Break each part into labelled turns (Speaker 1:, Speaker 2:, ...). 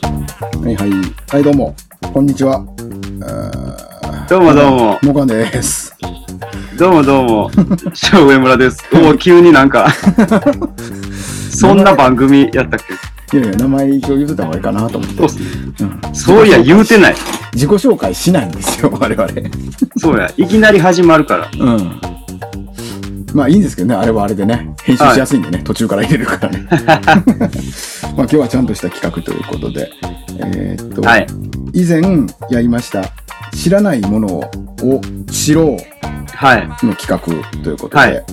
Speaker 1: はいはい。はい、どうも。こんにちは。あ
Speaker 2: どうもどうも、
Speaker 1: ーもかんです。
Speaker 2: どうもどうも、小上村です。おお、急になんか、そんな番組やったっけ
Speaker 1: いやいや、名前一応言ってた方がいいかなと思って。
Speaker 2: そうっすね。
Speaker 1: うん
Speaker 2: そういや、言うてない。
Speaker 1: 自己紹介しないんですよ、 我々。
Speaker 2: そうや、いきなり始まるから。
Speaker 1: うん。まあいいんですけどね、あれはあれでね、編集しやすいんでね、途中から入れるからね。まあ今日はちゃんとした企画ということで、えーっと、
Speaker 2: はい。
Speaker 1: 以前やりました、知らないものを知ろう
Speaker 2: はい。
Speaker 1: の企画ということで、
Speaker 2: はい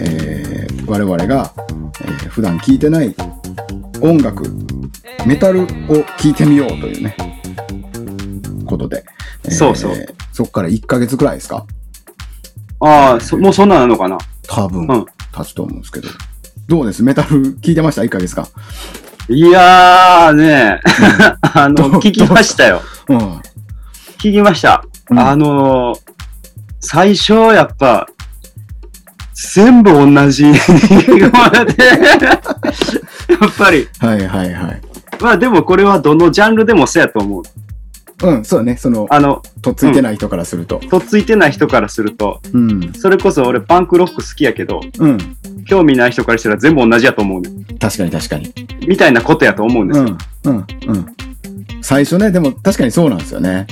Speaker 1: えー我々が、えー普段聴いてない音楽、メタルを聴いてみようというね、ことで、えー
Speaker 2: そうそう
Speaker 1: そこから1ヶ月くらいですか
Speaker 2: ああ、そもうそんなんなのかな
Speaker 1: 多分、
Speaker 2: うん
Speaker 1: 経つと思うんですけど。どうですメタル聞いてました ?1 ヶ月間。
Speaker 2: いやーね あ
Speaker 1: どう
Speaker 2: の、聞きましたよ。
Speaker 1: うん。
Speaker 2: 聞きました。
Speaker 1: うん
Speaker 2: あのー、最初やっぱ、全部同じ言われて、やっぱり、
Speaker 1: はいはいはい。
Speaker 2: まあでもこれはどのジャンルでもそうやと思う。
Speaker 1: うん、そうだね。その、
Speaker 2: あの、
Speaker 1: とっついてない人からすると。
Speaker 2: とっついてない人からすると、
Speaker 1: うん。
Speaker 2: それこそ俺パンクロック好きやけど、
Speaker 1: うん。
Speaker 2: 興味ない人からしたら全部同じやと思うねん。
Speaker 1: 確かに確かに。
Speaker 2: みたいなことやと思うんで
Speaker 1: う
Speaker 2: す
Speaker 1: ん。う
Speaker 2: よ。
Speaker 1: ん。うん。最初ね、でも確かにそうなんですよね。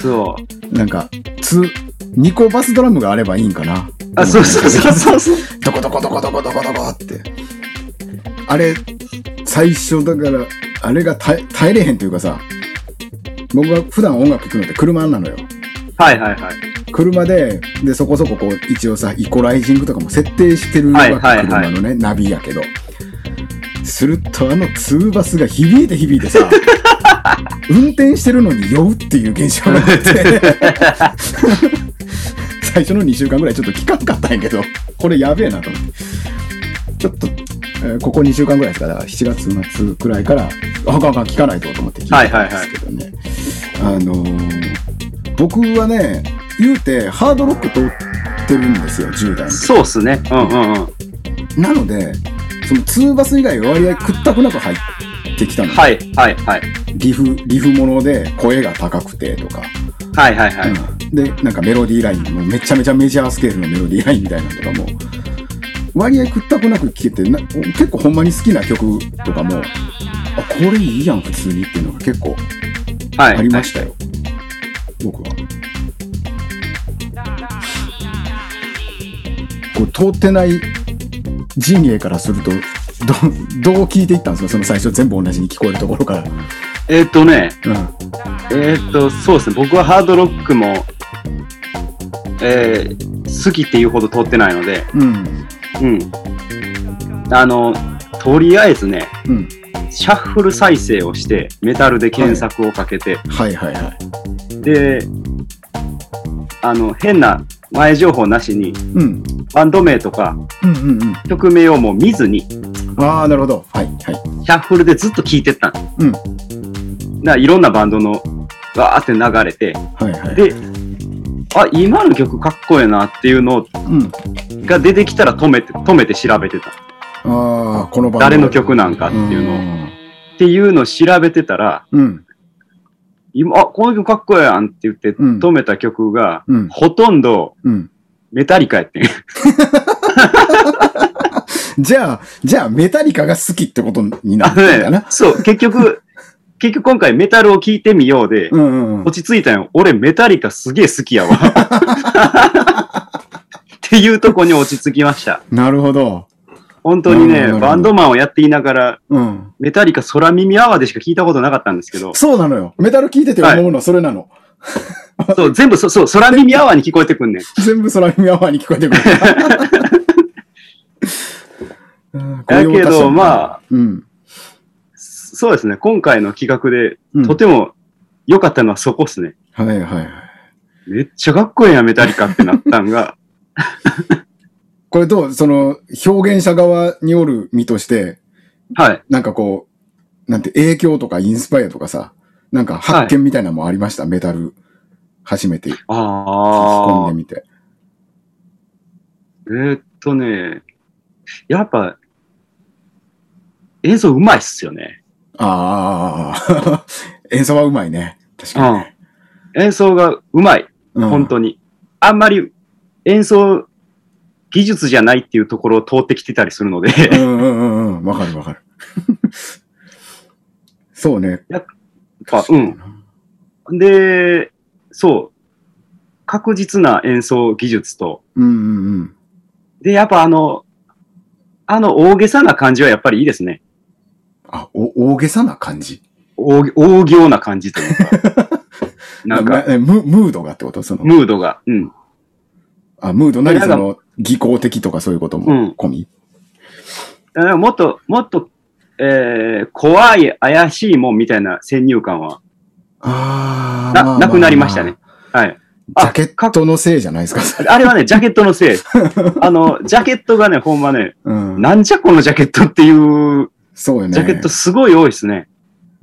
Speaker 2: そ
Speaker 1: なんか、つ、ニコバスドラムがあればいいんかな。
Speaker 2: う。あ、そうそうそうそうそう。
Speaker 1: どこどこどこどこどこどこって。あれ、最初だから、あれが耐え耐えれへんというかさ、僕が普段音楽聴くのって車なのよ。
Speaker 2: はいはいはい。
Speaker 1: 車で、で、そこそここう、一応さ、イコライジングとかも設定してるわ
Speaker 2: は
Speaker 1: け、
Speaker 2: いはいはい
Speaker 1: 車のね、ナビやけど。すると、あの2バスが響いて響いて さ、運転してるのに酔うっていう現象が起こ って、最初の2週間ぐらいちょっと聞かんかったんやけど、これやべえなと思って。ちょっと、えーここ2週間ぐらいですから、7月末くらいから、あかんあかん聞かないとと思って聞いてたんですけどね。あのー僕はね、言うて、ハードロック通ってるんですよ、10代の時
Speaker 2: そうっすね。うんうんうん。
Speaker 1: なので、そのツーバス以外は割合屈託なく入ってきたの。
Speaker 2: はいはいはい。
Speaker 1: リフ、リフもので声が高くてとか、
Speaker 2: はいはいはい。
Speaker 1: うんで、なんかメロディーラインもめちゃめちゃメジャースケールのメロディーラインみたいなのとかも、割合屈託なく聴けてな、結構ほんまに好きな曲とかも、あ、これいいやん、普通にっていうのが結構
Speaker 2: は
Speaker 1: あ
Speaker 2: い。
Speaker 1: りましたよ。僕は。こう通ってない陣営からすると、ど、どう聞いていったんですかその最初全部同じに聞こえるところから。
Speaker 2: えーっとね、
Speaker 1: う
Speaker 2: えーっと、そうっすね。僕はハードロックも、えー、好きっていうほど通ってないので、
Speaker 1: ん。うん。
Speaker 2: うん。あの、とりあえずね、
Speaker 1: うん。
Speaker 2: シャッフル再生をして、メタルで検索をかけて、
Speaker 1: はいはいはい。
Speaker 2: で、あの、変な前情報なしに、
Speaker 1: うん。
Speaker 2: バンド名とか
Speaker 1: うんうんうん。
Speaker 2: 曲名をもう見ずに、
Speaker 1: ああ、なるほど。はいはい。
Speaker 2: シャッフルでずっと聴いてったの
Speaker 1: うん。
Speaker 2: ないろんなバンドの、わーって流れて、
Speaker 1: はいはい。
Speaker 2: で、あ、今の曲かっこええなっていうの
Speaker 1: うん。
Speaker 2: が出てきたら止めて、止めて調べてた。
Speaker 1: ああ、この番
Speaker 2: 誰の曲なんかっていうのを。っていうのを調べてたら、
Speaker 1: うん。
Speaker 2: 今、あ、この曲かっこええやんって言って
Speaker 1: うん
Speaker 2: 止めた曲が、
Speaker 1: うん。
Speaker 2: ほとんど
Speaker 1: うん。
Speaker 2: メタリカやってん。
Speaker 1: じゃあ、じゃあ、メタリカが好きってことにな
Speaker 2: あ
Speaker 1: ってるん
Speaker 2: の
Speaker 1: だ
Speaker 2: ね
Speaker 1: な、。
Speaker 2: そう、結局、結局今回メタルを聴いてみようで、
Speaker 1: うんうんうん。
Speaker 2: 落ち着いたよ。俺メタリカすげえ好きや わ。っていうとこに落ち着きました。
Speaker 1: なるほど。
Speaker 2: 本当に
Speaker 1: なる
Speaker 2: ね
Speaker 1: ほ、ど
Speaker 2: バンドマンをやっていながら、
Speaker 1: うん。
Speaker 2: メタリカ空耳アワーでしか聞いたことなかったんです けど、
Speaker 1: そうなのよ。メタル聞いてて思うのはそれなの。
Speaker 2: そう、全部そ、そう、空耳アワーに聞こえてくんねん。
Speaker 1: 全部空耳アワーに聞こえてくる。うん
Speaker 2: だけど、
Speaker 1: あ。
Speaker 2: まあ、
Speaker 1: うん。
Speaker 2: そうですね、今回の企画で、
Speaker 1: うん
Speaker 2: とても良かったのはそこっすね。
Speaker 1: はいはいはい。
Speaker 2: めっちゃかっこええやん、メタリカってなったんが。
Speaker 1: これどうその、表現者側におる身として、
Speaker 2: はい。
Speaker 1: なんかこう、なんて影響とかインスパイアとかさ、なんか発見みたいなのもありました、メタル。初めて聞き込
Speaker 2: あ
Speaker 1: ん
Speaker 2: あ
Speaker 1: で。みて。
Speaker 2: えーっとね、やっぱ、映像うまいっすよね。
Speaker 1: ああ、演奏はうまいね。確かにね。
Speaker 2: 演奏がうまい。
Speaker 1: うん
Speaker 2: 本当に。あんまり演奏技術じゃないっていうところを通ってきてたりするので、
Speaker 1: うんうんうんうん。わかるわか る。そうね。
Speaker 2: やっぱ うん。で、そう。確実な演奏技術と、
Speaker 1: うんうんうん。
Speaker 2: で、やっぱあの、あの大げさな感じはやっぱりいいですね。
Speaker 1: あ、お大げさな感じ。
Speaker 2: 大大行な感じというか。 なん
Speaker 1: ま
Speaker 2: か、
Speaker 1: えムムードがってことその、
Speaker 2: ムードが。うん。
Speaker 1: あ、ムードなり
Speaker 2: な
Speaker 1: そ
Speaker 2: んか
Speaker 1: の、技巧的とかそういうこと
Speaker 2: うん
Speaker 1: も込み。
Speaker 2: だからもっと、もっと、えー、怖い、怪しいもんみたいな先入観は、
Speaker 1: あーまあまあま
Speaker 2: な、
Speaker 1: あ
Speaker 2: なくなりましたね。。はい。
Speaker 1: ジャケットのせいじゃないですか、それ。
Speaker 2: あれはね、ジャケットの せい。あの、ジャケットがね、ほんまね、
Speaker 1: うん。
Speaker 2: なんじゃこのジャケットっていう、
Speaker 1: そうよね。
Speaker 2: ジャケットすごい多いですね。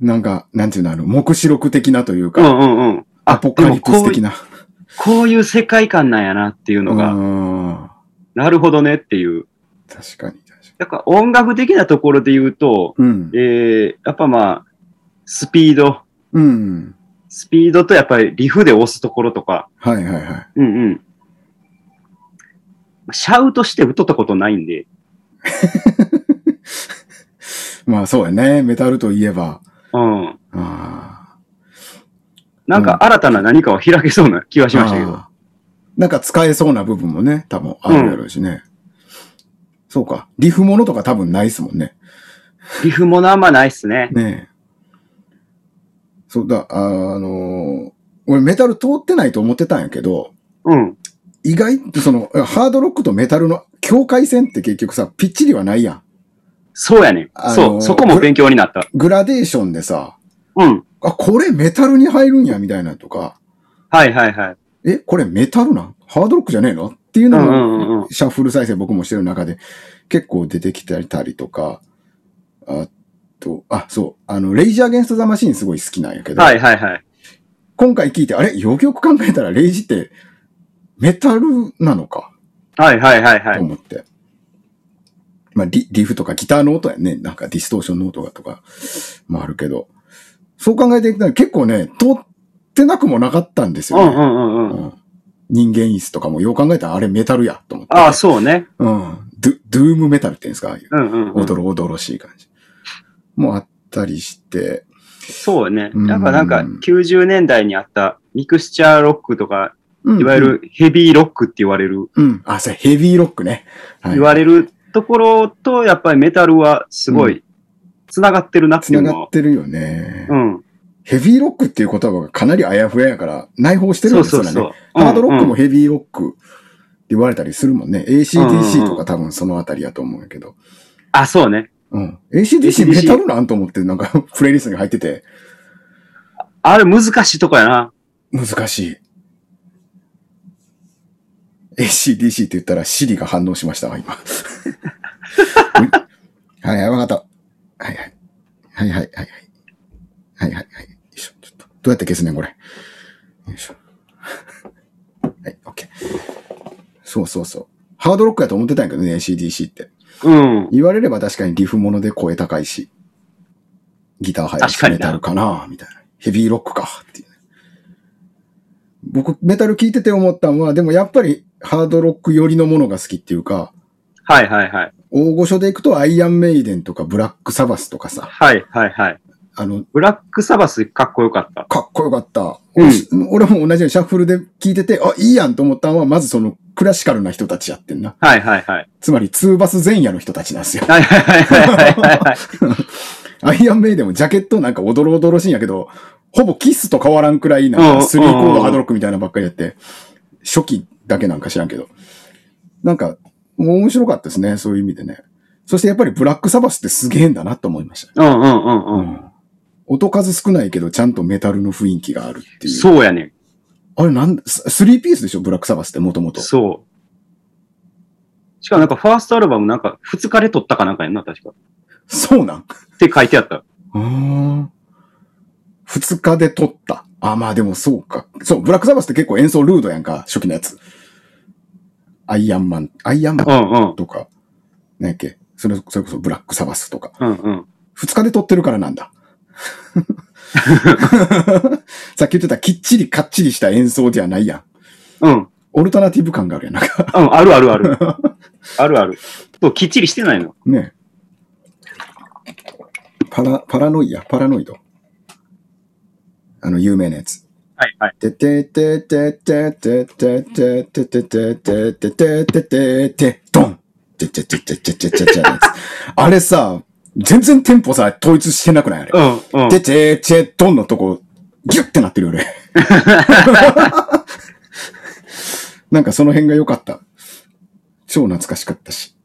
Speaker 1: なんか、なんていうの、あの、目視録的なという
Speaker 2: う
Speaker 1: か、
Speaker 2: んうんうん。
Speaker 1: アポカリプス
Speaker 2: でもこうい
Speaker 1: 的な。
Speaker 2: こういう世界観なんやなっていうのが、
Speaker 1: うん
Speaker 2: なるほどねっていう。
Speaker 1: 確かに、確かに。
Speaker 2: だから音楽的なところで言うと、
Speaker 1: うん
Speaker 2: え。ー、やっぱまあ、スピード、
Speaker 1: うん。
Speaker 2: スピードとやっぱりリフで押すところとか、
Speaker 1: はいはいはい。
Speaker 2: うんうん。シャウトして歌ったことないんで、
Speaker 1: まあそうやね。メタルといえば。
Speaker 2: うん。
Speaker 1: あ
Speaker 2: なんか新たな何かを開けそうな気は
Speaker 1: ー
Speaker 2: しましたけど。
Speaker 1: あーなんか使えそうな部分もね、多分あるやろうしね。そうか。リフものとか多分ないっすもんね。
Speaker 2: リフものあんまないっすね。
Speaker 1: ねえそうだ、あーあのー俺メタル通ってないと思ってたんやけど、
Speaker 2: うん。
Speaker 1: 意外とその、ハードロックとメタルの境界線って結局さ、ぴっちりはないやん。
Speaker 2: そうやね。
Speaker 1: あの
Speaker 2: そう、そこも勉強になった。
Speaker 1: グラデーションでさ、
Speaker 2: うん。
Speaker 1: あ、これメタルに入るんや、みたいなとか、
Speaker 2: はいはいはい。
Speaker 1: え、これメタルなんハードロックじゃねえのっていう
Speaker 2: う
Speaker 1: の
Speaker 2: んう
Speaker 1: が、
Speaker 2: んうんうん。
Speaker 1: シャッフル再生僕もしてる中で結構出てきてたりとか、あと、あ、そう、あの、レイジアゲンストザマシーンすごい好きなんやけど、
Speaker 2: はいはいはい。
Speaker 1: 今回聞いて、あれよくよく考えたらレイジってメタルなのか
Speaker 2: はいはいはいは
Speaker 1: と
Speaker 2: い。
Speaker 1: 思って。まあリ、リフとかギターの音やね。なんかディストーションの音がとかもあるけど、そう考えていくと結構ね、通ってなくもなかったんです
Speaker 2: う
Speaker 1: よ
Speaker 2: ん
Speaker 1: ね。
Speaker 2: うんうんうん。
Speaker 1: うん人間椅子とかもよう考えたらあれメタルやと思って。
Speaker 2: ああ、そうね。
Speaker 1: うん。ドゥ、ドゥームメタルって言うんですかああいう
Speaker 2: うんうん、う
Speaker 1: おど
Speaker 2: ん。
Speaker 1: ろおどろしい感じ。もあったりして、
Speaker 2: そうね
Speaker 1: う。ん
Speaker 2: やっぱなんか90年代にあったミクスチャーロックとか、
Speaker 1: うん
Speaker 2: いわゆ。るヘビーロックって言われる、
Speaker 1: うん。うんあ、それヘビーロックね。はい
Speaker 2: 言われるところと、やっぱりメタルはすごい繋がってるなってい
Speaker 1: 繋
Speaker 2: う
Speaker 1: が
Speaker 2: の
Speaker 1: っ
Speaker 2: を。
Speaker 1: てるよね。
Speaker 2: うん。
Speaker 1: ヘビーロックっていう言葉がかなりあやふややから、内包してる
Speaker 2: そ
Speaker 1: ん
Speaker 2: う
Speaker 1: です
Speaker 2: そ
Speaker 1: よ
Speaker 2: う
Speaker 1: ね。
Speaker 2: そう。
Speaker 1: ハードロックも
Speaker 2: うん
Speaker 1: ヘビーロックって言われたりするもんね。
Speaker 2: うん
Speaker 1: ACDC
Speaker 2: うん
Speaker 1: とか多分そのあたりやと思うんやけど。
Speaker 2: あ、そうね。
Speaker 1: うん。ACDC メタルなんと思って、なんか プレイリストに入ってて、
Speaker 2: あれ難しいとこやな。
Speaker 1: 難しい。ACDC って言ったら Siri が反応しましたわ、今。 うんはいはい、わかった。はいはい。はいはいはいはい。はいはいはい。よいしょ。ちょっと、どうやって消すねん、これ。よいしょ。はい、OK。そうそうそう。ハードロックやと思ってたんやけどね、ACDC って。
Speaker 2: うん。
Speaker 1: 言われれば確かにリフもので声高いし、ギター入る
Speaker 2: 確
Speaker 1: し
Speaker 2: かに
Speaker 1: メ
Speaker 2: な
Speaker 1: タルかなみたいな。ヘビーロックかっていう。僕、メタル聞いてて思ったのは、でもやっぱりハードロック寄りのものが好きっていうか、
Speaker 2: はいはいはい。
Speaker 1: 大御所で行くとアイアンメイデンとかブラックサバスとかさ、
Speaker 2: はいはいはい。
Speaker 1: あの、
Speaker 2: ブラックサバスかっこよかった。
Speaker 1: かっこよかった。
Speaker 2: うん
Speaker 1: 俺も同じようにシャッフルで聞いてて、あ、いいやんと思ったのは、まずそのクラシカルな人たちやってんな。
Speaker 2: はいはいはい。
Speaker 1: つまり、ツーバス前夜の人たちなんですよ。
Speaker 2: はいはいはいは いはい。
Speaker 1: アイアンメイデンもジャケットなんかおどろおどろしいんやけど、ほぼキスと変わらんくらいなん
Speaker 2: うん
Speaker 1: か、スリーコー
Speaker 2: う
Speaker 1: ド
Speaker 2: ん
Speaker 1: ハードロックみたいなのばっかりやって、初期だけなんか知らんけど。なんか、もう面白かったですね、そういう意味でね。そしてやっぱりブラックサバスってすげえんだなと思いました。
Speaker 2: うんうんうんうん。
Speaker 1: 音数少ないけど、ちゃんとメタルの雰囲気があるっていう。
Speaker 2: そうやね。
Speaker 1: あれなんだ、ススリーピースでしょ、ブラックサバスってもともと。
Speaker 2: そう。しかもなんかファーストアルバムなんか2日で撮ったかなんかやんな、確か。
Speaker 1: そうなん
Speaker 2: って書いてあった。
Speaker 1: うーん。二日で撮った。あ、まあでもそうか。そう、ブラックサバスって結構演奏ルードやんか、初期のやつ。アイアンマン、アイアンマ
Speaker 2: う
Speaker 1: ン
Speaker 2: んうん。
Speaker 1: とか、なんやっけ、それ、それこそブラックサバスとか。
Speaker 2: うんうん。
Speaker 1: 二日で撮ってるからなんだ。 さっき言ってたきっちりかっちりした演奏ではないやん。
Speaker 2: うん。うん、
Speaker 1: オルタナティブ感があるやん。なんか、
Speaker 2: あるあるあ る。あるある。そう、きっちりしてないの。
Speaker 1: ね。パラ、パラノイア、パラノイド。あの、有名なやつ。
Speaker 2: はいはい。
Speaker 1: てててててててててててててててててドンててててててててあれさ、全然テンポさ、統一してなくないあれ。
Speaker 2: うん、うん。
Speaker 1: てててドンのとこ、ギュッてなってるよね。なんかその辺が良かった。超懐かしかったし。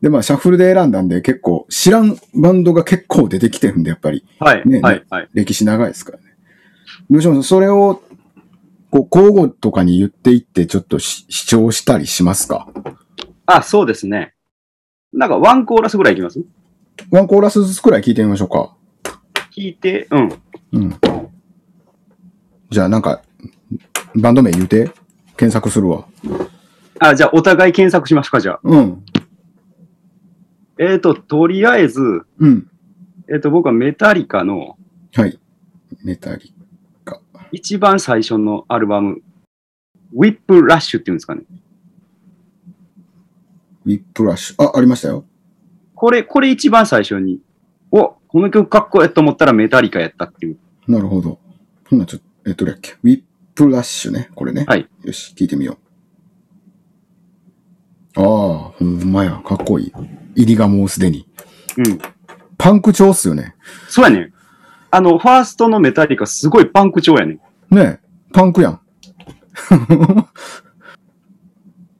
Speaker 1: で、まあ、シャッフルで選んだんで、結構、知らんバンドが結構出てきてるんで、やっぱり。
Speaker 2: はい、
Speaker 1: ね
Speaker 2: はい、はい。
Speaker 1: 歴史長いですからね。どうしますそれを、こう、交互とかに言っていって、ちょっとし主張したりしますか
Speaker 2: あ、そうですね。なんか、ワンコーラスぐらいいきます
Speaker 1: ワンコーラスずつくらい聞いてみましょうか。
Speaker 2: 聞いて、うん。
Speaker 1: うん。じゃあ、なんか、バンド名言うて、検索するわ。
Speaker 2: あ、じゃあ、お互い検索しますか、じゃあ。
Speaker 1: うん。
Speaker 2: えっ、ー、と、とりあえず、
Speaker 1: うん。
Speaker 2: えっ、と、僕はメタリカの
Speaker 1: はい。メタリ。
Speaker 2: 一番最初のアルバム、ウィップラッシュっていうんですかね。
Speaker 1: ウィップラッシュ。あ、ありましたよ。
Speaker 2: これ、これ一番最初に、お、この曲かっこええと思ったらメタリカやったっていう。
Speaker 1: なるほど。ほんならちょっと、えっと、どれやっけウィップラッシュね。これね。
Speaker 2: はい。
Speaker 1: よし、聞いてみよう。ああ、ほんまや。かっこいい。入りがもうすでに。
Speaker 2: うん。
Speaker 1: パンク調っすよね。
Speaker 2: そうやねん。あの、ファーストのメタリカすごいパンク調やねん。
Speaker 1: ねえ、パンクやん。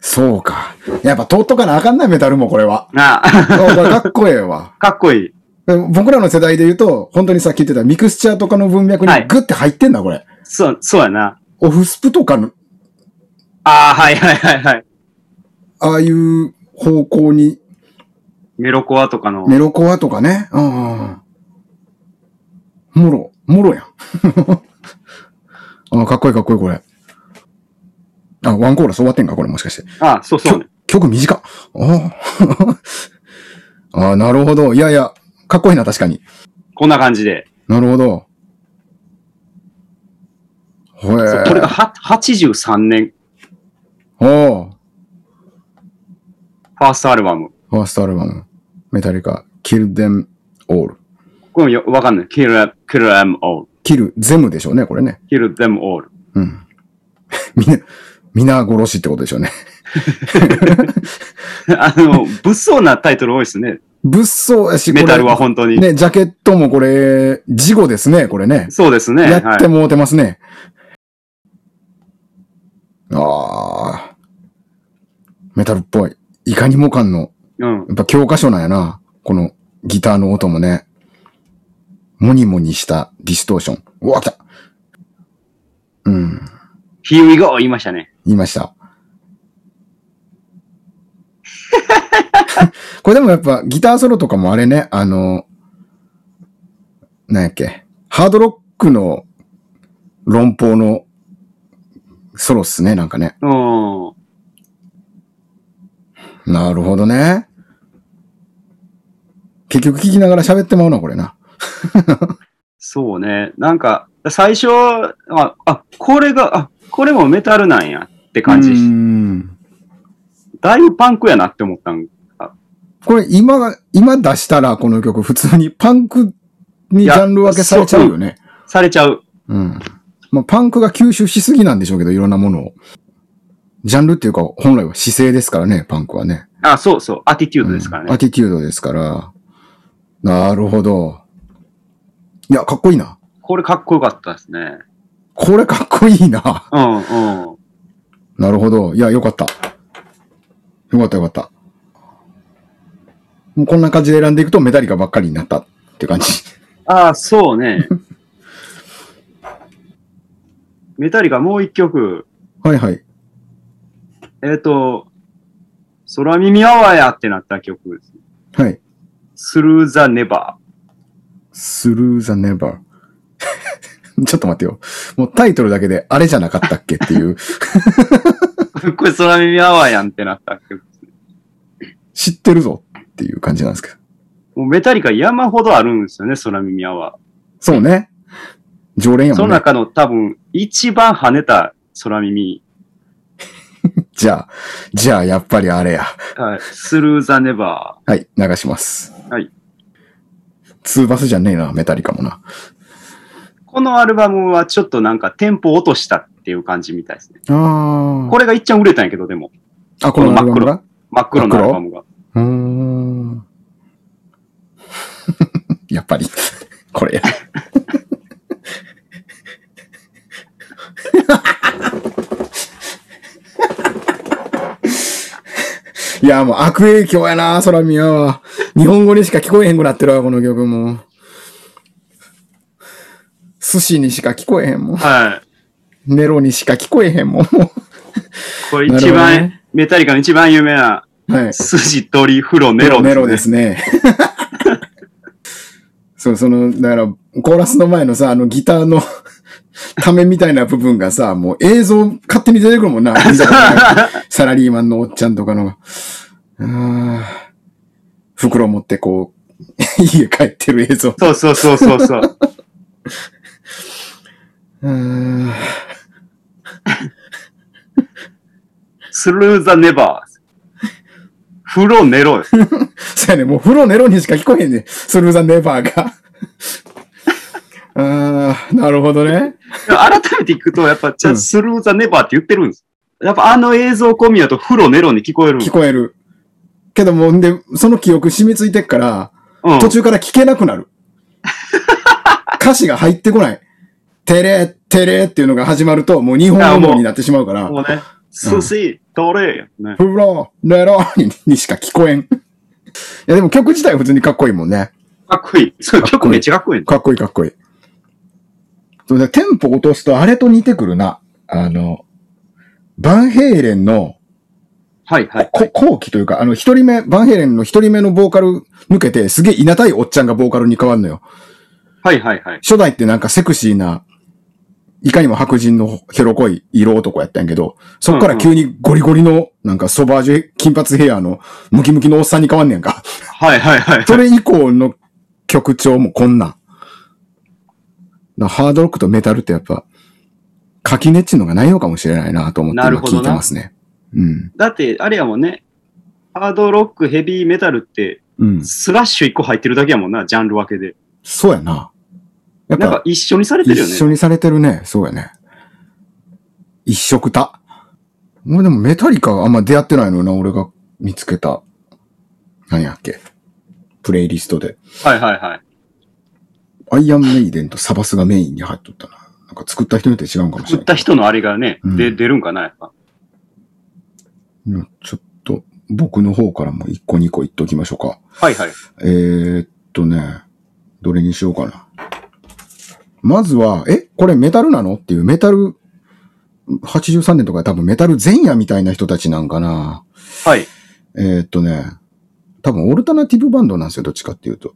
Speaker 1: そうか。やっぱ通っとかなあかんないメタルもこれは。
Speaker 2: ああ、
Speaker 1: あこれかっこええわ。
Speaker 2: かっこいい。
Speaker 1: 僕らの世代で言うと、本当にさっき言ってたミクスチャーとかの文脈
Speaker 2: はい
Speaker 1: にグッて入ってんだ、これ。
Speaker 2: そう、そうやな。
Speaker 1: オフスプとかの、
Speaker 2: ああ、はいはいはいはい。
Speaker 1: ああいう方向に、
Speaker 2: メロコアとかの。
Speaker 1: メロコアとかね。うんうんうん。 もろ、もろやん。あかっこいいかっこいい、これ。あ、ワンコーラス終わってんか、これもしかして。
Speaker 2: ああ、そうそう、ね。
Speaker 1: 曲短っ。あ あ。ああ、なるほど。いやいや、かっこいいな、確かに。
Speaker 2: こんな感じで。
Speaker 1: なるほど。ほえ
Speaker 2: そうこれがは83年、
Speaker 1: おお
Speaker 2: ファーストアルバム。
Speaker 1: ファーストアルバム。メタリカ。Kill them all.
Speaker 2: これもよわかんない。kill, them- kill them all.
Speaker 1: Kill them でしょうね、これね。
Speaker 2: kill them all.
Speaker 1: うん。 みんな、皆殺しってことでしょうね。
Speaker 2: あの、物騒なタイトル多いですね。
Speaker 1: 物騒やし、これ
Speaker 2: メタルは本当に。
Speaker 1: ね、ジャケットもこれ、事後ですね、これね。
Speaker 2: そうですね。
Speaker 1: やって
Speaker 2: は
Speaker 1: もうてますね。ああ。メタルっぽい。いかにも感の、
Speaker 2: い。うん。
Speaker 1: やっぱ教科書なんやな。このギターの音もね。モニモニしたディストーション。うわ、来たうん。
Speaker 2: Here we go! 言いましたね。
Speaker 1: 言いました。 これでもやっぱギターソロとかもあれね、あの、なんやっけ、ハードロックの論法のソロっすね、なんかね。
Speaker 2: うん。
Speaker 1: なるほどね。結局聞きながら喋ってまうな、これな。
Speaker 2: そうね。なんか、最初は、あ、あこれが、あ、これもメタルなんやって感
Speaker 1: うー
Speaker 2: じ。
Speaker 1: ん。
Speaker 2: だいぶパンクやなって思ったん。
Speaker 1: これ今が、今出したらこの曲普通にパンクにジャンル分けされちゃうよね。
Speaker 2: されちゃう。
Speaker 1: うん。まあ、パンクが吸収しすぎなんでしょうけど、いろんなものを。ジャンルっていうか、本来は姿勢ですからね、パンクはね。
Speaker 2: あ、そうそう。アティテュードですから
Speaker 1: うんア
Speaker 2: ね。
Speaker 1: ティテュードですから。なるほど。いや、かっこいいな。
Speaker 2: これかっこよかったですね。
Speaker 1: これかっこいいな。
Speaker 2: うん、うん。
Speaker 1: なるほど。いや、よかった。よかった、よかった。もうこんな感じで選んでいくとメタリカばっかりになったって感じ。
Speaker 2: あ、そうね。 メタリカもう一曲。
Speaker 1: はいはい。
Speaker 2: えっ、と、空耳アワーやってなった曲です。
Speaker 1: はい。
Speaker 2: スルーザネバ
Speaker 1: スルーザネバー。 ちょっと待ってよ。もうタイトルだけであれじゃなかったっけっていう。
Speaker 2: ー。 これ空耳アワーやんってなった曲。
Speaker 1: 知ってるぞっていう感じなんですけど。
Speaker 2: もうメタリカ山ほどあるんですよね、空耳アワー。
Speaker 1: そうね。常連や
Speaker 2: そ
Speaker 1: も
Speaker 2: の
Speaker 1: んね。
Speaker 2: 中の多分、一番跳ねた空耳、
Speaker 1: じゃあ、じゃあ、やっぱりあれや。
Speaker 2: はい、スルーザネバ
Speaker 1: はい、流します。
Speaker 2: はい。
Speaker 1: ツーバスじゃねえな、メタリカもな。
Speaker 2: ー。このアルバムはちょっとなんかテンポ落としたっていう感じみたいですね。
Speaker 1: あ
Speaker 2: これが一ちゃん売れたんやけど、でも。
Speaker 1: あ。あ、このアルバムが
Speaker 2: 真っ黒なアルバムが。
Speaker 1: うーん。 やっぱり、これや。いや、もう悪影響やな、空見は。日本語にしか聞こえへんくなってるわ、この曲も。寿司にしか聞こえへんもん。
Speaker 2: はい。
Speaker 1: ネロにしか聞こえへんもん。 も
Speaker 2: これ
Speaker 1: なるほ
Speaker 2: 一
Speaker 1: ど
Speaker 2: 番、
Speaker 1: ね
Speaker 2: メタリカの一番有名な、
Speaker 1: うはい。
Speaker 2: 筋鳥風呂ネロです、ね。
Speaker 1: ネロです ね。そう、その、だから、コーラスの前のさ、あのギターのためみたいな部分がさ、もう映像勝手に出てくるもん な。サラリーマンのおっちゃんとかの。あー袋持ってこう、 家帰ってる映像。
Speaker 2: そうそうそうそ うそう。
Speaker 1: うーん
Speaker 2: スルーザネバー。風呂ネロです。
Speaker 1: そうやね、もう風呂ネロにしか聞こえへんねスルーザネバーが。ああ、なるほどね。
Speaker 2: でも改めて聞くと、やっぱ、じゃあ
Speaker 1: うん
Speaker 2: スルーザネバーって言ってるんです。やっぱあの映像込みだと風呂ネロに聞こえるんで
Speaker 1: 聞
Speaker 2: す。
Speaker 1: こえる。けども、んで、その記憶染みついてっから、
Speaker 2: うん
Speaker 1: 途中から聞けなくなる。歌詞が入ってこない。てれ、てれっていうのが始まると、もう日本
Speaker 2: あも
Speaker 1: 語
Speaker 2: う
Speaker 1: になってしまうから、
Speaker 2: もうね、寿司、取れ、ね。
Speaker 1: フロー、レロににしか聞こえん。いや、でも曲自体は普通にかっこいいもんね。
Speaker 2: かっこいい。そう、
Speaker 1: かっこいい
Speaker 2: 曲めっちゃかっこいい。
Speaker 1: かっこいいかっこいい。そうだテンポ落とすとあれと似てくるな。あの、バンヘイレンの、
Speaker 2: はいはい。
Speaker 1: こ後期というか、あの、一人目、バンヘイレンの一人目のボーカル抜けて、すげえ稲たいおっちゃんがボーカルに変わるのよ。
Speaker 2: はいはいはい。
Speaker 1: 初代ってなんかセクシーな、いかにも白人のヘロこい色男やったんやけど、そっから急にゴリゴリの、なんかソバージュ金髪ヘアのムキムキのおっさんに変わんねやん か。
Speaker 2: はいはいはい。
Speaker 1: それ以降の曲調もこんなん。なハードロックとメタルってやっぱ、垣根っちゅうのがないのかもしれないなと思って
Speaker 2: なる
Speaker 1: 今
Speaker 2: ほど
Speaker 1: 聞
Speaker 2: ない
Speaker 1: てますね。うん。
Speaker 2: だって、あれやもんね。ハードロック、ヘビーメタルって、
Speaker 1: うん。
Speaker 2: スラッシュ一個入ってるだけやもんな、ジャンル分けで。
Speaker 1: そうやな。やっ
Speaker 2: なんか
Speaker 1: ぱ、
Speaker 2: 一緒にされてる
Speaker 1: 一
Speaker 2: よね。
Speaker 1: 緒にされてるね。そうやね。一色た。俺でもメタリカあんま出会ってないのよな、俺が見つけた。何やっけ。プレイリストで。
Speaker 2: はいはいはい。
Speaker 1: アイアンメイデンとサバスがメインに入っとったな。なんか作った人によって違うんかもしれ
Speaker 2: 作
Speaker 1: な
Speaker 2: っ
Speaker 1: いけ
Speaker 2: た人のあれがね、
Speaker 1: うん
Speaker 2: で、出るんかな、やっぱ。
Speaker 1: ど。うんちょっと、僕の方からも一個二個言っときましょうか。
Speaker 2: はいはい。
Speaker 1: えー、っとね、どれにしようかな。まずは、え、これメタルなのっていうメタル、83年とか多分メタル前夜みたいな人たちなんかな。
Speaker 2: はい。
Speaker 1: えー、っとね、多分オルタナティブバンドなんですよ、どっちかっていうと。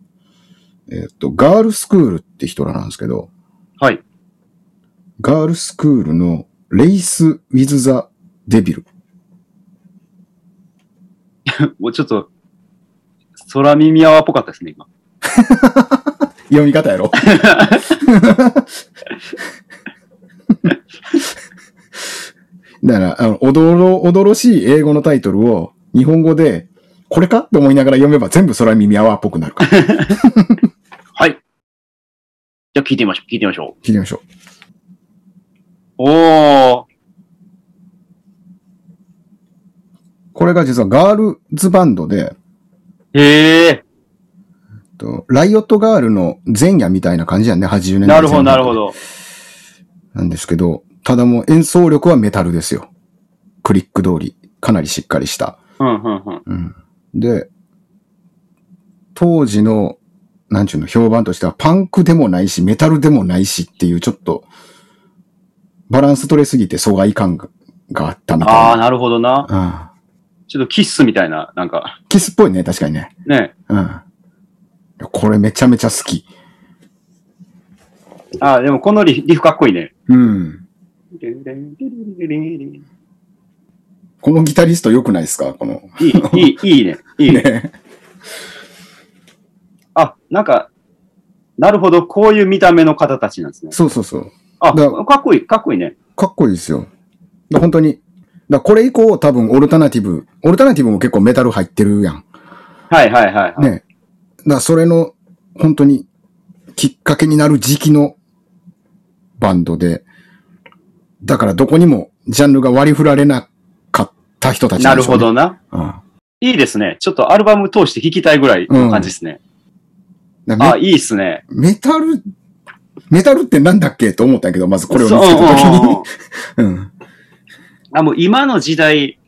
Speaker 1: えーっと、ガールスクールって人らなんですけど、
Speaker 2: はい。
Speaker 1: ガールスクールのレイス・ウィズ・ザ・デビル。
Speaker 2: もうちょっと、空耳泡っぽかったですね、今。
Speaker 1: 読み方や ろ。だから、あの、おどろ、おどろしい英語のタイトルを日本語で、これかって思いながら読めば全部空耳アワーっぽくなる から。聞
Speaker 2: はい。じゃあ聞いてみましょう、聞いてみましょ
Speaker 1: いてみましょ
Speaker 2: う。おー。
Speaker 1: う。これが実はガールズバンドで、
Speaker 2: へえ。
Speaker 1: えっとライオットガールの前夜みたいな感じやね、80年代前半
Speaker 2: なるほど、なるほ。ど。
Speaker 1: なんですけど、ただもう演奏力はメタルですよ。クリック通り。かなりしっかりした。
Speaker 2: うん、うん、うん。
Speaker 1: うんで、当時の、なんちゅうの、評判としては、パンクでもないし、メタルでもないしっていう、ちょっと、バランス取れすぎて疎外感ががあったみたい
Speaker 2: あ
Speaker 1: な
Speaker 2: あ、。なるほどな。
Speaker 1: あ
Speaker 2: ちょっとキッスみたいな、なんか、
Speaker 1: キスっぽいね、確かにね。
Speaker 2: ね。
Speaker 1: うん。これめちゃめちゃ好き。
Speaker 2: ああ、でもこのリリフかっこいいね。
Speaker 1: うん。このギタリスト良くないですかこの。
Speaker 2: いい、いい、いいね。いいね。
Speaker 1: ね。
Speaker 2: あ、なんか、なるほど、こういう見た目の方たちなんですね。
Speaker 1: そうそうそう。
Speaker 2: あ、
Speaker 1: だ
Speaker 2: かっこいい、かっこいいね。
Speaker 1: かっこいいですよ。だ本当に。だこれ以降多分オルタナティブ、オルタナティブも結構メタル入ってるやん。
Speaker 2: はいはいはい、はい。
Speaker 1: ね。だそれの本当にきっかけになる時期のバンドで、だからどこにもジャンルが割り振られなかった人たち
Speaker 2: なんる
Speaker 1: でしょ
Speaker 2: ほ
Speaker 1: うね、
Speaker 2: どな。
Speaker 1: うん。
Speaker 2: いいですね。ちょっとアルバム通して聴きたいぐらいの感じですね。
Speaker 1: だ
Speaker 2: あ、
Speaker 1: め
Speaker 2: いいっすね。
Speaker 1: メタル、メタルってなんだっけと思ったんやけど、まずこれを見つ
Speaker 2: そう
Speaker 1: けた時
Speaker 2: うんうんう
Speaker 1: に
Speaker 2: ん。
Speaker 1: うん。
Speaker 2: あ、もう今の時代、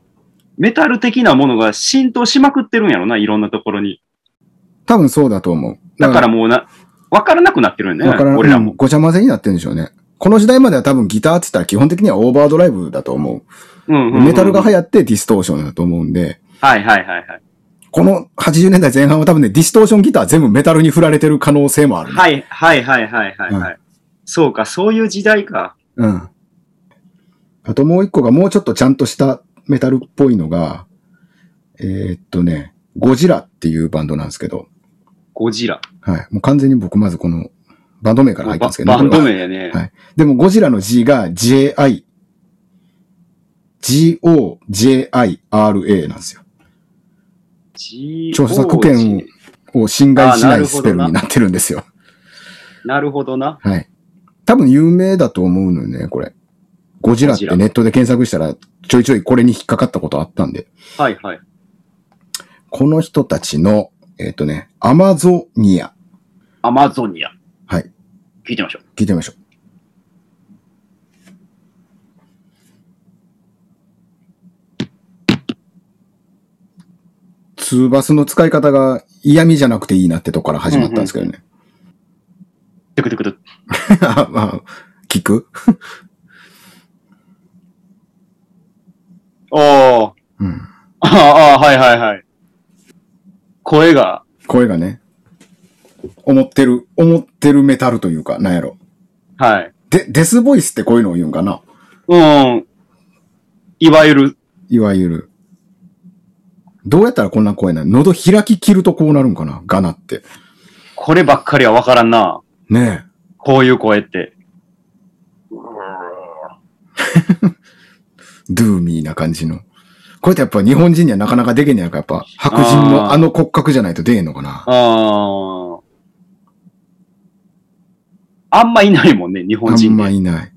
Speaker 2: メタル的なものが浸透しまくってるんやろな、いろんなところに。
Speaker 1: 多分そうだと思う。
Speaker 2: だからもうな、わからなくなってるんや
Speaker 1: だから、
Speaker 2: ね、俺ら
Speaker 1: う
Speaker 2: も
Speaker 1: ん。ごちゃ混ぜになってるんでしょうね。この時代までは多分ギターって言ったら基本的にはオーバードライブだと思
Speaker 2: う
Speaker 1: う。
Speaker 2: んうんうん
Speaker 1: メタルが流行ってディストーションだと思うんで、
Speaker 2: はいはいはいはい。
Speaker 1: この80年代前半は多分ね、ディストーションギター全部メタルに振られてる可能性もある、ね。
Speaker 2: はいはいはいはいはい、はいそうか、そういう時代か。
Speaker 1: うん。あともう一個がもうちょっとちゃんとしたメタルっぽいのが、えーっとね、ゴジラっていうバンドなんですけど、
Speaker 2: ゴジラ。
Speaker 1: はい。もう完全に僕まずこのバンド名から入ったん
Speaker 2: バ
Speaker 1: ですけどね
Speaker 2: バ
Speaker 1: これ
Speaker 2: ン
Speaker 1: は
Speaker 2: ド名やね。
Speaker 1: はい。でも、ゴジラの G が JI、GOJIRA なんですよ。
Speaker 2: 調
Speaker 1: 著作権をを侵害し
Speaker 2: あーな
Speaker 1: な
Speaker 2: る
Speaker 1: いス
Speaker 2: ほどな
Speaker 1: ペルになってるんですよ。
Speaker 2: なるほどな。
Speaker 1: はい。多分有名だと思うのよね、これ。ゴジラって
Speaker 2: ゴジラ
Speaker 1: ネットで検索したら、ちょいちょいこれに引っかかったことあったんで。
Speaker 2: はいはい。
Speaker 1: この人たちの、えっ、とね、アマゾニア。
Speaker 2: アマゾニア。
Speaker 1: はい。
Speaker 2: 聞いてみましょう。
Speaker 1: 聞いてみましょう。ツーバスの使い方が嫌味じゃなくていいなってとこから始まったんですけどね。
Speaker 2: トゥクトゥクトゥ ク。
Speaker 1: あまあ、聞く
Speaker 2: おー。
Speaker 1: うん。
Speaker 2: あーあー、はいはいはい。声が、
Speaker 1: 声がね、思ってる、思ってるメタルというか、なんやろ。
Speaker 2: はい。
Speaker 1: で、デスボイスってこういうのを言うんかな
Speaker 2: うん。いわゆる、
Speaker 1: いわゆる。どうやったらこんな声なの喉開き切るとこうなるんかなガナって。
Speaker 2: こればっかりはわからんな。
Speaker 1: ねえ。
Speaker 2: こういう声って。
Speaker 1: ドゥーミーな感じの。これってやっぱ日本人にはなかなかできんねやから、やっぱ白人の
Speaker 2: あー
Speaker 1: あの骨格じゃないと出えんのかな。
Speaker 2: ああ。あんまいないもんね、日
Speaker 1: あ
Speaker 2: 本
Speaker 1: ん
Speaker 2: 人
Speaker 1: ま
Speaker 2: で。
Speaker 1: いない。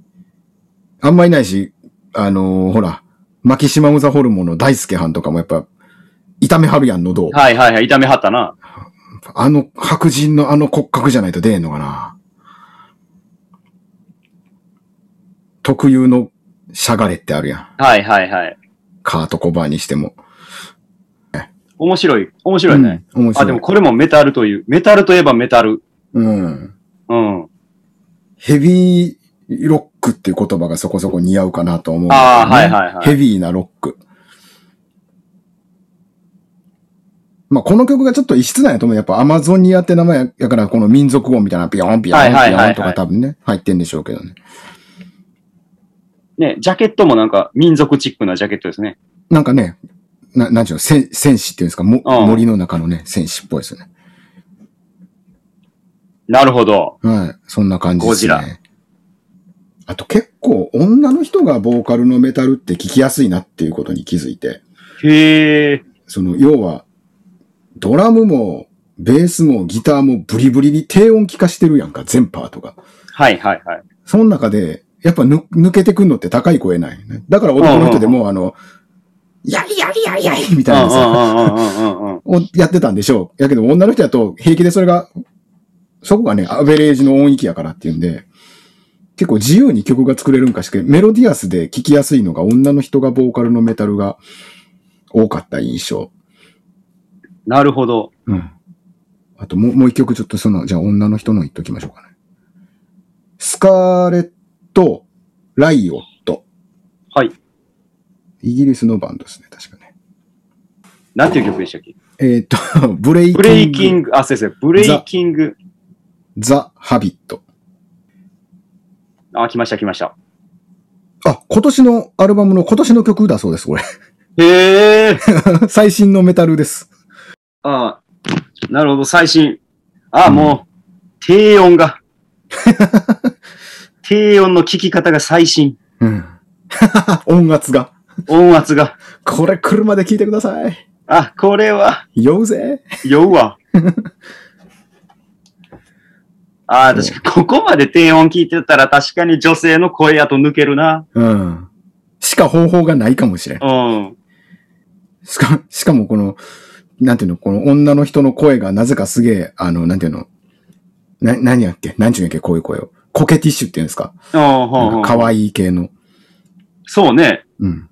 Speaker 1: あんまいないし、あのーほら、マキシマムザホルモンの大輔班とかもやっぱ、痛めはるやん、喉を。
Speaker 2: はいはいはい、痛めはったな。
Speaker 1: あの白人のあの骨格じゃないと出えんのかな。特有のしゃがれってあるやん。
Speaker 2: はいはいはい。
Speaker 1: カートコバーにしても。
Speaker 2: 面白い、面白いね。
Speaker 1: うん面白い。
Speaker 2: あ、でもこれもメタルという。メタルといえばメタル。
Speaker 1: うん。
Speaker 2: うん。
Speaker 1: ヘビーロックっていう言葉がそこそこ似合うかなと思うんだ
Speaker 2: ああ、は
Speaker 1: け
Speaker 2: い
Speaker 1: どね
Speaker 2: はいはい。
Speaker 1: ヘビーなロック。まあ、この曲がちょっと異質なんやと思う。やっぱアマゾニアって名前やから、この民族音みたいなピヨンピヨン
Speaker 2: は
Speaker 1: ピ
Speaker 2: いはいはい
Speaker 1: ヨ
Speaker 2: は
Speaker 1: ン
Speaker 2: い
Speaker 1: とか多分ね、入ってんでしょうけどね。
Speaker 2: ね、ジャケットもなんか民族チックなジャケットですね。
Speaker 1: なんかね、な、なんちゅうの、戦戦士っていうんですか、も
Speaker 2: うん
Speaker 1: 森の中のね、戦士っぽいですよね。
Speaker 2: なるほど。
Speaker 1: はい。そんな感じです
Speaker 2: ゴジ
Speaker 1: ね。あと結構女の人がボーカルのメタルって聞きやすいなっていうことに気づいて。
Speaker 2: へえ。
Speaker 1: その、要は、ドラムも、ベースも、ギターも、ブリブリに低音聞かしてるやんか、全パートが。
Speaker 2: はいはいはい。
Speaker 1: その中で、やっぱぬ抜けてくんのって高い声ない、ね。だから男の人でも、あの、やいやいやいやいみ
Speaker 2: う
Speaker 1: たいなさ、
Speaker 2: んうんうんうんうんうん。
Speaker 1: をやってたんでしょう。やけど、女の人だと平気でそれが、そこがね、アベレージの音域やからっていうんで、結構自由に曲が作れるんかしけ、メロディアスで聴きやすいのが女の人がボーカルのメタルが多かった印象。
Speaker 2: なるほど。
Speaker 1: うん。あともう、もう一曲ちょっとその、じゃあ女の人の言っときましょうかね。スカーレット・ライオット。
Speaker 2: はい。
Speaker 1: イギリスのバンドですね、確かね。
Speaker 2: なんていう曲でしたっけ
Speaker 1: えっ、と、 ブレイキング・
Speaker 2: ブレイキング、あ、先生、ブレイキング。
Speaker 1: ザ・ハビット。
Speaker 2: あ、来ました来ました。
Speaker 1: あ、今年のアルバムの今年の曲だそうです、これ。
Speaker 2: へえ。
Speaker 1: 最新のメタルです。
Speaker 2: あなるほど、最新。ああ、もう、低音 が。低音の聞き方が最新。
Speaker 1: うん。 音圧が。
Speaker 2: 音圧が。
Speaker 1: これ車で聞いてください。
Speaker 2: あ、これは、
Speaker 1: 酔うぜ。
Speaker 2: 酔うわ。ああ、確かに、ここまで低音聞いてたら確かに女性の声やと抜けるな。
Speaker 1: うん。しか方法がないかもしれん。
Speaker 2: うん。
Speaker 1: しか、しかもこの、なんていうの、この女の人の声がなぜかすげえ、あの、なんていうの、な、何やっけ何ちゅうんやっけこういう声を。コケティッシュって言うんですか
Speaker 2: うん、
Speaker 1: なん
Speaker 2: うん、う
Speaker 1: か
Speaker 2: ん。
Speaker 1: 可愛い系の。
Speaker 2: そうね。
Speaker 1: うん。だか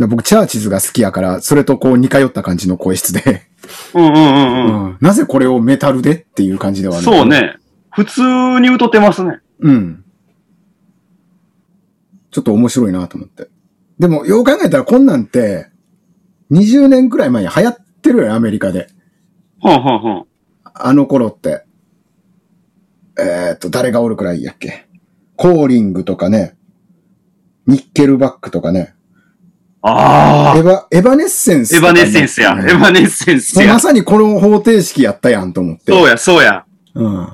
Speaker 1: ら僕、チャーチズが好きやから、それとこう似通った感じの声質で、
Speaker 2: うん、うん、うん、うん。
Speaker 1: うんなぜこれをメタルでっていう感じではある
Speaker 2: そう。ね。普通に歌ってますね。
Speaker 1: うん。ちょっと面白いなと思って。でも、よう考えたらこんなんて、20年くらい前に流行ってるよね、アメリカで。
Speaker 2: ほんほんほん。
Speaker 1: あの頃って。えーっと、誰がおるくらいやっけ。コーリングとかね、ニッケルバックとかね、エ
Speaker 2: ああ、
Speaker 1: ヴァ、エヴァネッセンス
Speaker 2: エ
Speaker 1: と
Speaker 2: ヴ
Speaker 1: か
Speaker 2: ァ
Speaker 1: ね、
Speaker 2: ネッセンスや。エヴァネッセンス
Speaker 1: ま
Speaker 2: や。
Speaker 1: さにこの方程式やったやんと思って。
Speaker 2: そうや、そうや。
Speaker 1: うん。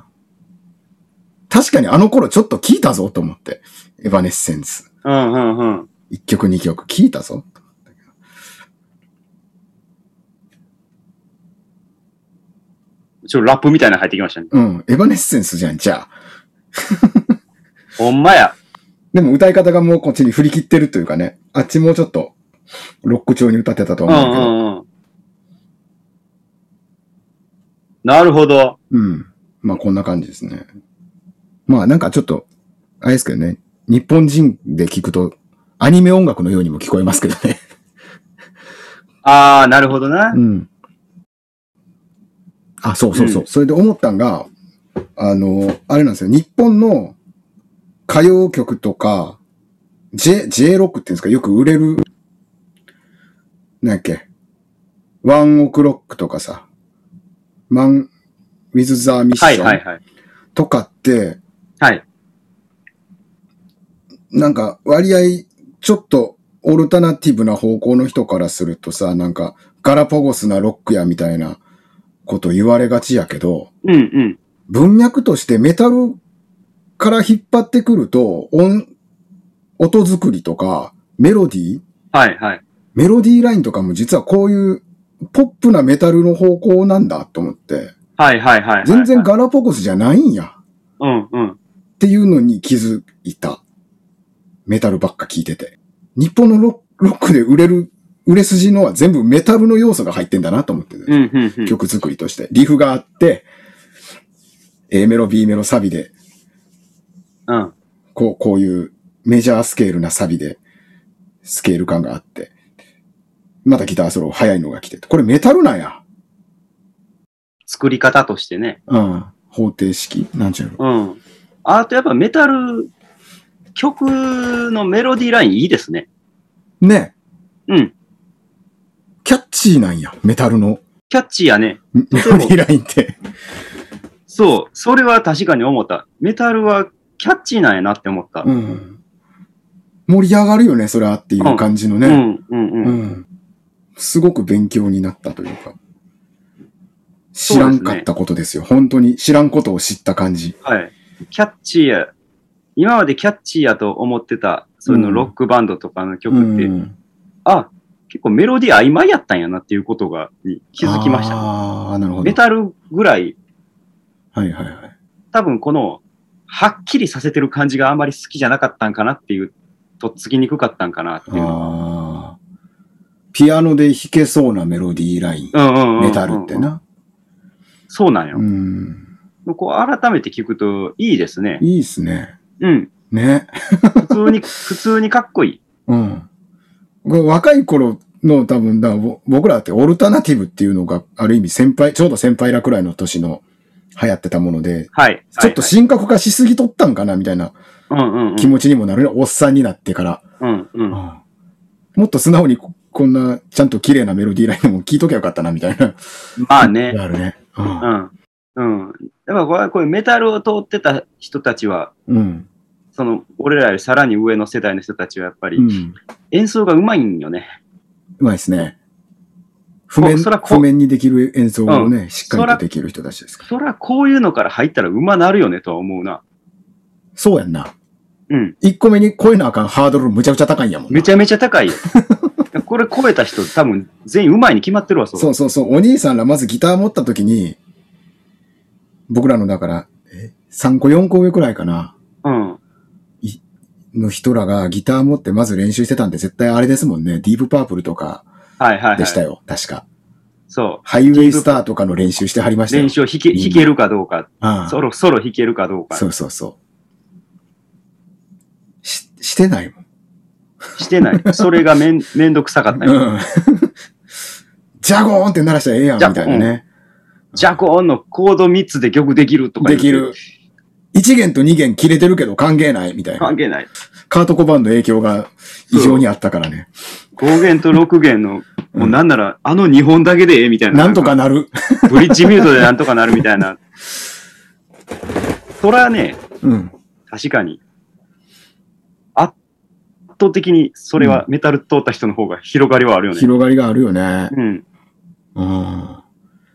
Speaker 1: 確かにあの頃ちょっと聞いたぞと思って。エヴァネッセンス。
Speaker 2: うん、うん、うん。
Speaker 1: 一曲二曲聞いたぞ。
Speaker 2: ちょっとラップみたいなの入ってきましたね。
Speaker 1: うん。エヴァネッセンスじゃん、じゃあ。
Speaker 2: ほんまや。
Speaker 1: でも歌い方がもうこっちに振り切ってるというかね。あっちもうちょっと、ロック調に歌ってたと
Speaker 2: う
Speaker 1: は思う
Speaker 2: んう
Speaker 1: けど。
Speaker 2: んうん。なるほど。
Speaker 1: うん。まあこんな感じですね。まあなんかちょっと、あれですけどね。日本人で聞くと、アニメ音楽のようにも聞こえますけどね。
Speaker 2: ああ、なるほどな。
Speaker 1: うん。あ、そうそうそう。
Speaker 2: うん
Speaker 1: それで思ったんが、あの、あれなんですよ。日本の歌謡曲とか、J、J ロックっていうんですか、よく売れる、なんやっけ、ワンオクロックとかさ、マン、ウィズ・ザ・ミッシ
Speaker 2: はいは
Speaker 1: ョ
Speaker 2: い
Speaker 1: ン
Speaker 2: はい。
Speaker 1: とかって、
Speaker 2: はい。
Speaker 1: なんか割合ちょっとオルタナティブな方向の人からするとさ、なんかガラパゴスなロックやみたいなこと言われがちやけど、
Speaker 2: うんうん。
Speaker 1: 文脈としてメタルから引っ張ってくると、音、音作りとかメロディー
Speaker 2: はいはい。
Speaker 1: メロディーラインとかも実はこういうポップなメタルの方向なんだと思って、
Speaker 2: はいはいはいはい。
Speaker 1: 全然ガラパゴスじゃないんや。
Speaker 2: うんうん。
Speaker 1: っていうのに気づいた。メタルばっか聞いてて。日本のロロックで売れる、売れ筋のは全部メタルの要素が入ってんだなと思ってて、
Speaker 2: うんうんうん。
Speaker 1: 曲作りとして。リフがあって、A メロ、B メロ、サビで、
Speaker 2: うん。
Speaker 1: こう、こういうメジャースケールなサビで、スケール感があって、またギターソロ早いのが来てて、これメタルなんや。
Speaker 2: 作り方としてね。
Speaker 1: うん。方程式なんちゅうの
Speaker 2: うん。あとやっぱメタル、曲のメロディーラインいいですね。
Speaker 1: ね。
Speaker 2: うん。
Speaker 1: キャッチーなんや。メタルの
Speaker 2: キャッチーやね。
Speaker 1: メロディーラインって。
Speaker 2: そう。それは確かに思った。メタルはキャッチーなんやなって思った。
Speaker 1: うん。盛り上がるよね、それはっていう感じの
Speaker 2: う
Speaker 1: ね。
Speaker 2: んうんうん。
Speaker 1: うん。すごく勉強になったというか。知らんかったことですよ。本当に知らんことを知った感じ。
Speaker 2: はい。キャッチーや、今までキャッチーやと思ってた、そういうの
Speaker 1: うん
Speaker 2: ロックバンドとかの
Speaker 1: う
Speaker 2: 曲って、
Speaker 1: ん
Speaker 2: あ、結構メロディー曖昧やったんやなっていうことが、に気づきました。
Speaker 1: ああ、なるほど
Speaker 2: メ。タルぐらい、
Speaker 1: はいはいはい。
Speaker 2: 多分この、はっきりさせてる感じがあまり好きじゃなかったんかなっていう、とっつきにくかったんかなっていうの。
Speaker 1: ああ。ピアノで弾けそうなメロディーライン。
Speaker 2: うんうんうんうん
Speaker 1: メタルって。な。
Speaker 2: そうなんよ
Speaker 1: う。ん。
Speaker 2: こう改めて聞くといいですね。
Speaker 1: いいっすね。
Speaker 2: うん。
Speaker 1: ね。
Speaker 2: 普通に、普通にかっこいい。
Speaker 1: うん。これ若い頃の多分だ、ぼ僕らだってオルタナティブっていうのがある意味先輩、ちょうど先輩らくらいの年の流行ってたもので、
Speaker 2: はい。
Speaker 1: ちょっと
Speaker 2: し、
Speaker 1: 深刻化しすぎとったんかなみたいな
Speaker 2: うんうんうん。
Speaker 1: 気持ちにもなるね。おっさんになってから。
Speaker 2: うんうん。
Speaker 1: もっと素直にここんなちゃんと綺麗なメロディーラインも聞いときゃよかったなみたいな。
Speaker 2: まあね。
Speaker 1: あるね。う
Speaker 2: うん。うん。やっぱこれこういうメタルを通ってた人たちは、
Speaker 1: ん。うん。
Speaker 2: その、俺らよりさらに上の世代の人たちはやっぱ
Speaker 1: う
Speaker 2: り
Speaker 1: ん。
Speaker 2: 演奏がうまいんよね。
Speaker 1: うまいですね。譜面、
Speaker 2: そらこ
Speaker 1: 譜面にできる演奏をね、しっか
Speaker 2: そ
Speaker 1: り
Speaker 2: ら
Speaker 1: とできる人たちですから。
Speaker 2: そらこういうのから入ったら馬なるよねとは思うな。
Speaker 1: そうやんな。
Speaker 2: うん。
Speaker 1: 1個目に超えなあかんハードルむちゃくちゃ高いんやもんな
Speaker 2: めちゃめちゃ 高いよ。これ超えた人多分全員馬に決まってるわ、それ
Speaker 1: そうそうそう。お兄さんらまずギター持った時に、僕らのだから、え3個4個上くらいかな、
Speaker 2: うん。
Speaker 1: の人らがギター持ってまず練習してたんで絶対あれですもんね。ディープパープルとか
Speaker 2: はいはい、はい。
Speaker 1: でしたよ。確か。
Speaker 2: そ
Speaker 1: ハイウェイスターとかの練習してはりま
Speaker 2: う。
Speaker 1: したよ。
Speaker 2: 練習を弾け
Speaker 1: みんな
Speaker 2: 弾けるかどうか、
Speaker 1: あ
Speaker 2: ソロ、ソロ弾けるかどう
Speaker 1: あ。
Speaker 2: か
Speaker 1: そうそうそう。し、してないもん。
Speaker 2: してない。それがめん、めんどくさかった んよ。
Speaker 1: うん。ジャゴーンって鳴らしたらええやん、みたいなね。
Speaker 2: ジャコーンのコード3つで曲できるとか言
Speaker 1: で
Speaker 2: う
Speaker 1: きる。。1弦と2弦切れてるけど関係ない、みたいな
Speaker 2: 関。係ない。
Speaker 1: カート・コバーンの影響が異常にあったからね。
Speaker 2: 5弦と6弦
Speaker 1: う
Speaker 2: の、
Speaker 1: ん
Speaker 2: もうなんなら、あの2本だけでええみたいな。
Speaker 1: なんとかなる。
Speaker 2: ブリッジミュートでなんとかなるみたい な。それはね、
Speaker 1: うん。
Speaker 2: 確かに、圧倒的にそれはメタル通った人の方が広がりはあるよね。
Speaker 1: 広がりがあるよね。
Speaker 2: うん。
Speaker 1: うん。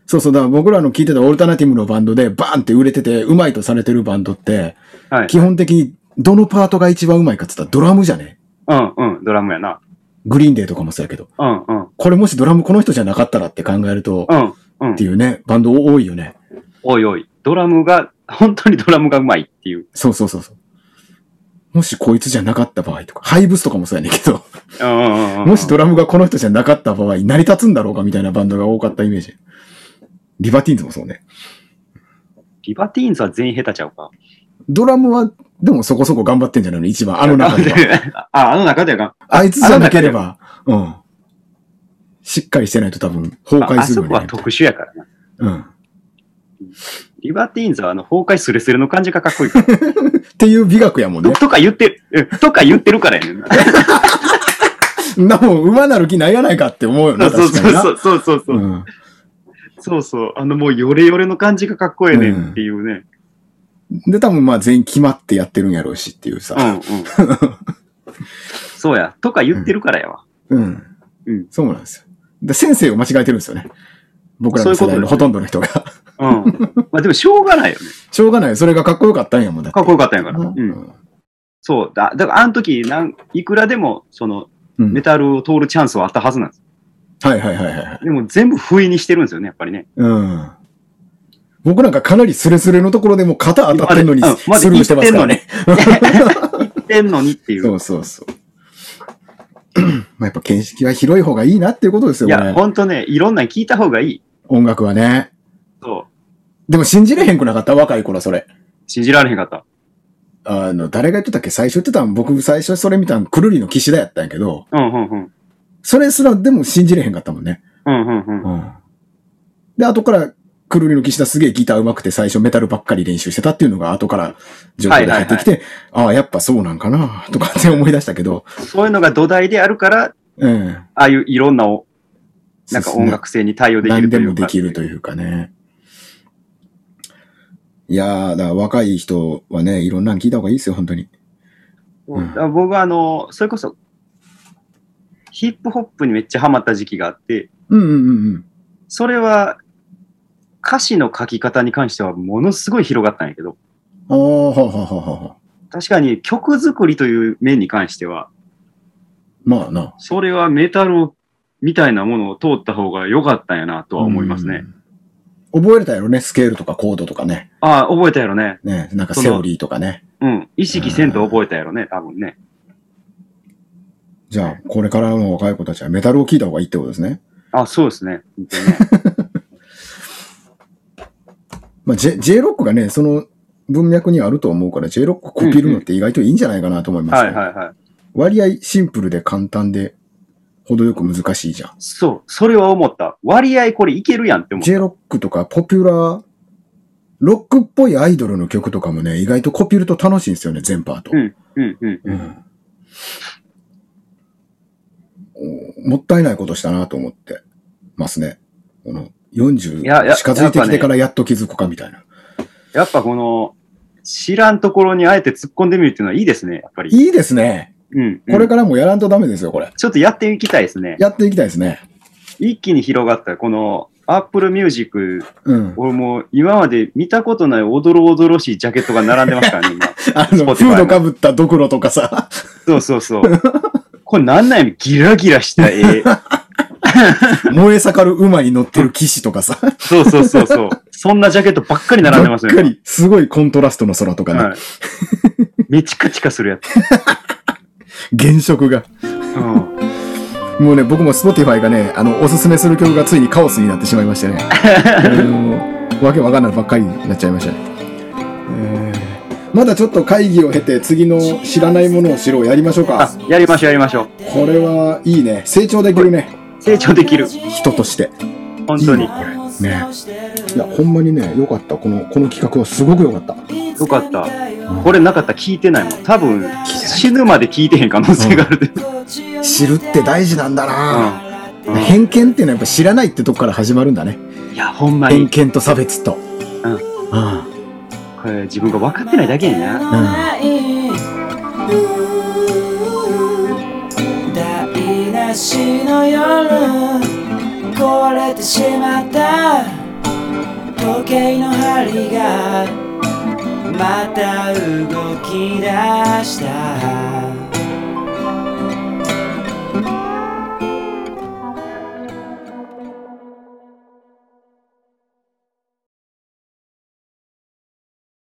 Speaker 1: そうそう、だから僕らの聴いてたオルタナティブのバンドでバーンって売れてて、うまいとされてるバンドって、
Speaker 2: はい。
Speaker 1: 基本的にどのパートが一番うまいかって言ったらドラムじゃね
Speaker 2: うんうん、ドラムやな。
Speaker 1: グリーンデーとかもそうやけど。
Speaker 2: うんうん。
Speaker 1: これもしドラムこの人じゃなかったらって考えると、
Speaker 2: うんうん
Speaker 1: って。いうね、バンド多いよね。
Speaker 2: おいおい、ドラムが、本当にドラムがうまいっていう。
Speaker 1: そうそうそうそう。もしこいつじゃなかった場合とか、ハイブスとかもそうやねんけど、
Speaker 2: うんうんうん。
Speaker 1: もしドラムがこの人じゃなかった場合、成り立つんだろうかみたいなバンドが多かったイメージ。リバティーンズもそうね。
Speaker 2: リバティーンズは全員下手ちゃうか。
Speaker 1: ドラムは、でもそこそこ頑張ってんじゃないの一番、あの中では。
Speaker 2: あ、 あの中でか。
Speaker 1: あいつじゃなければ、うん。しっかりしてないと多分、崩
Speaker 2: あ
Speaker 1: 壊
Speaker 2: あ
Speaker 1: す
Speaker 2: そ
Speaker 1: る
Speaker 2: こ
Speaker 1: よ
Speaker 2: は
Speaker 1: ね。
Speaker 2: 特殊やからな。
Speaker 1: うん。
Speaker 2: リバティーンズはあの崩壊スレスレの感じがかっこい いから。
Speaker 1: っていう美学やもんね。
Speaker 2: とか言ってる、うんとか言ってるからやねんな。
Speaker 1: んなもん、馬なる気ないやないかって思うよな、
Speaker 2: そう
Speaker 1: 確かにな。
Speaker 2: そうそうそうそう。
Speaker 1: うん。
Speaker 2: そうそう。あのもうヨレヨレの感じがかっこええねんっていうね。
Speaker 1: で、多分まあ全員決まってやってるんやろうしっていう
Speaker 2: う
Speaker 1: さ。
Speaker 2: んうん。 そうや。とか言ってるからやわ。
Speaker 1: うん。
Speaker 2: うん
Speaker 1: そうなんですよ。で先生を間違えてるんですよね。僕らの世代のほとんどの人が。
Speaker 2: うん。まあでもしょうがないよね。
Speaker 1: しょうがない。それがかっこよかったんやもんだって。
Speaker 2: かっこよかったんやから。う。
Speaker 1: うんん。
Speaker 2: そう。だだからあの時なん、いくらでも、その、
Speaker 1: うん
Speaker 2: メタルを通るチャンスはあったはずなんです。
Speaker 1: はいはいはいはいはい。
Speaker 2: でも全部不意にしてるんですよね、やっぱりね。
Speaker 1: うん。僕なんかかなりスレスレのところでも肩当たってんのに
Speaker 2: うんまだ
Speaker 1: スルーしてますからね。
Speaker 2: 言ってんのに っていう。
Speaker 1: そうそうそう。 まあやっぱ見識は広い方がいいなっていうことですよ
Speaker 2: いや、
Speaker 1: ね。
Speaker 2: ほんとね、いろんなん聞いた方がいい。
Speaker 1: 音楽はね。
Speaker 2: そ
Speaker 1: でも信じれへんくなかった若い頃それ。
Speaker 2: う。信じられへんかった。
Speaker 1: あの、誰が言ってたっけ最初言ってたん僕最初それ見たんくるりの岸田やったんやけど、
Speaker 2: うん、うん、うん。
Speaker 1: それすらでも信じれへんかったもんね。
Speaker 2: うん、うん、うん。
Speaker 1: ん。で、後からくるりの岸田すげえギター上手くて最初メタルばっかり練習してたっていうのが後から情報で入ってきて、ああ、やっぱそうなんかなとかって思い出したけど、
Speaker 2: そういうのが土台であるから、
Speaker 1: うん。
Speaker 2: ああいういろんなお、なんか音楽性に対応でき
Speaker 1: 何
Speaker 2: ると
Speaker 1: で
Speaker 2: いうか。
Speaker 1: もできるというかね。いやー、だから若い人はね、いろんなの聞いた方がいいですよ、本当に。
Speaker 2: そう
Speaker 1: うん
Speaker 2: だから僕はあの、それこそ、ヒップホップにめっちゃハマった時期があって、
Speaker 1: うんうんうんうん。
Speaker 2: それは歌詞の書き方に関してはものすごい広がったんやけど、
Speaker 1: ああ、はあはあはあはあ。
Speaker 2: 確かに曲作りという面に関しては、
Speaker 1: まあな。
Speaker 2: それはメタルみたいなものを通った方が良かったんやなとは思いますね。
Speaker 1: うん。覚えれたやろね、スケールとかコードとかね。
Speaker 2: ああ、覚えたやろね。
Speaker 1: ね、なんかセオリーとかね。
Speaker 2: うん。意識せんと覚えたやろね、多分ね。
Speaker 1: じゃあ、これからの若い子たちはメタルを聞いた方がいいってことですね。
Speaker 2: あ、そうですね。本当にね
Speaker 1: まあ、J、J ロックがね、その文脈にはあると思うから、J ロックコピるのって意外といいんじゃないかなと思います、
Speaker 2: は
Speaker 1: ね
Speaker 2: いはいはい。
Speaker 1: 割合シンプルで簡単で、程よく難しいじゃん。
Speaker 2: そう。それは思った。割合これいけるやんって思った。
Speaker 1: J ロックとかポピュラー、ロックっぽいアイドルの曲とかもね、意外とコピると楽しいんですよね、全パート。
Speaker 2: うん、うん、うん。
Speaker 1: うんおもったいないことしたなと思ってますね。この40
Speaker 2: いやいや
Speaker 1: 近づいてきてからやっと気づくかみたいな。
Speaker 2: やっぱこの、知らんところにあえて突っ込んでみるっていうのはいいですね、やっぱり。
Speaker 1: いいですね。
Speaker 2: うん。
Speaker 1: これ
Speaker 2: うん
Speaker 1: からもやらんとダメですよ、これ。
Speaker 2: ちょっとやっていきたいですね。
Speaker 1: やっていきたいですね。
Speaker 2: 一気に広がった、この Apple Music、
Speaker 1: うん。
Speaker 2: 俺もう今まで見たことないおどろおどろしいジャケットが並んでますからね、 今。
Speaker 1: あの、
Speaker 2: Spotify
Speaker 1: フードかぶったドクロとかさ。
Speaker 2: そうそうそう。これなんなんやろギラギラした 絵。
Speaker 1: 燃え盛る馬に乗ってる騎士とかさ。
Speaker 2: そうそうそうそう。そんなジャケットばっかり並んでますよ
Speaker 1: ばっか
Speaker 2: ね。
Speaker 1: り、すごいコントラストの空とかね。
Speaker 2: はい。めちかちかするやつ。
Speaker 1: 原色が。
Speaker 2: うん。
Speaker 1: もうね、僕も Spotify がね、あの、おすすめする曲がついにカオスになってしまいましてね。 あのわけわかんないばっかりになっちゃいましたね。えーまだちょっと会議を経て次の知らないものを知ろうやりましょうか
Speaker 2: あ。、やりましょうやりましょう。
Speaker 1: これはいいね。成長できるね。
Speaker 2: 成長できる。
Speaker 1: 人として。
Speaker 2: 本当に。
Speaker 1: ね。いや、ほんまにね、良かった。この、この企画はすごく良かった。
Speaker 2: よかった。これなかったら聞いてないもん。多分、死ぬまで聞いてへん可能性があるで。
Speaker 1: 知るって大事なんだな、
Speaker 2: うん。うん
Speaker 1: 偏見っていうのはやっぱ知らないってとこから始まるんだね。
Speaker 2: いや、ほんま
Speaker 1: 偏
Speaker 2: に、
Speaker 1: 見と差別と。
Speaker 2: うん
Speaker 1: あ
Speaker 2: これ自分が分かってないだけやな。
Speaker 3: 台無しの夜壊れてしまった時計の針がまた動き出した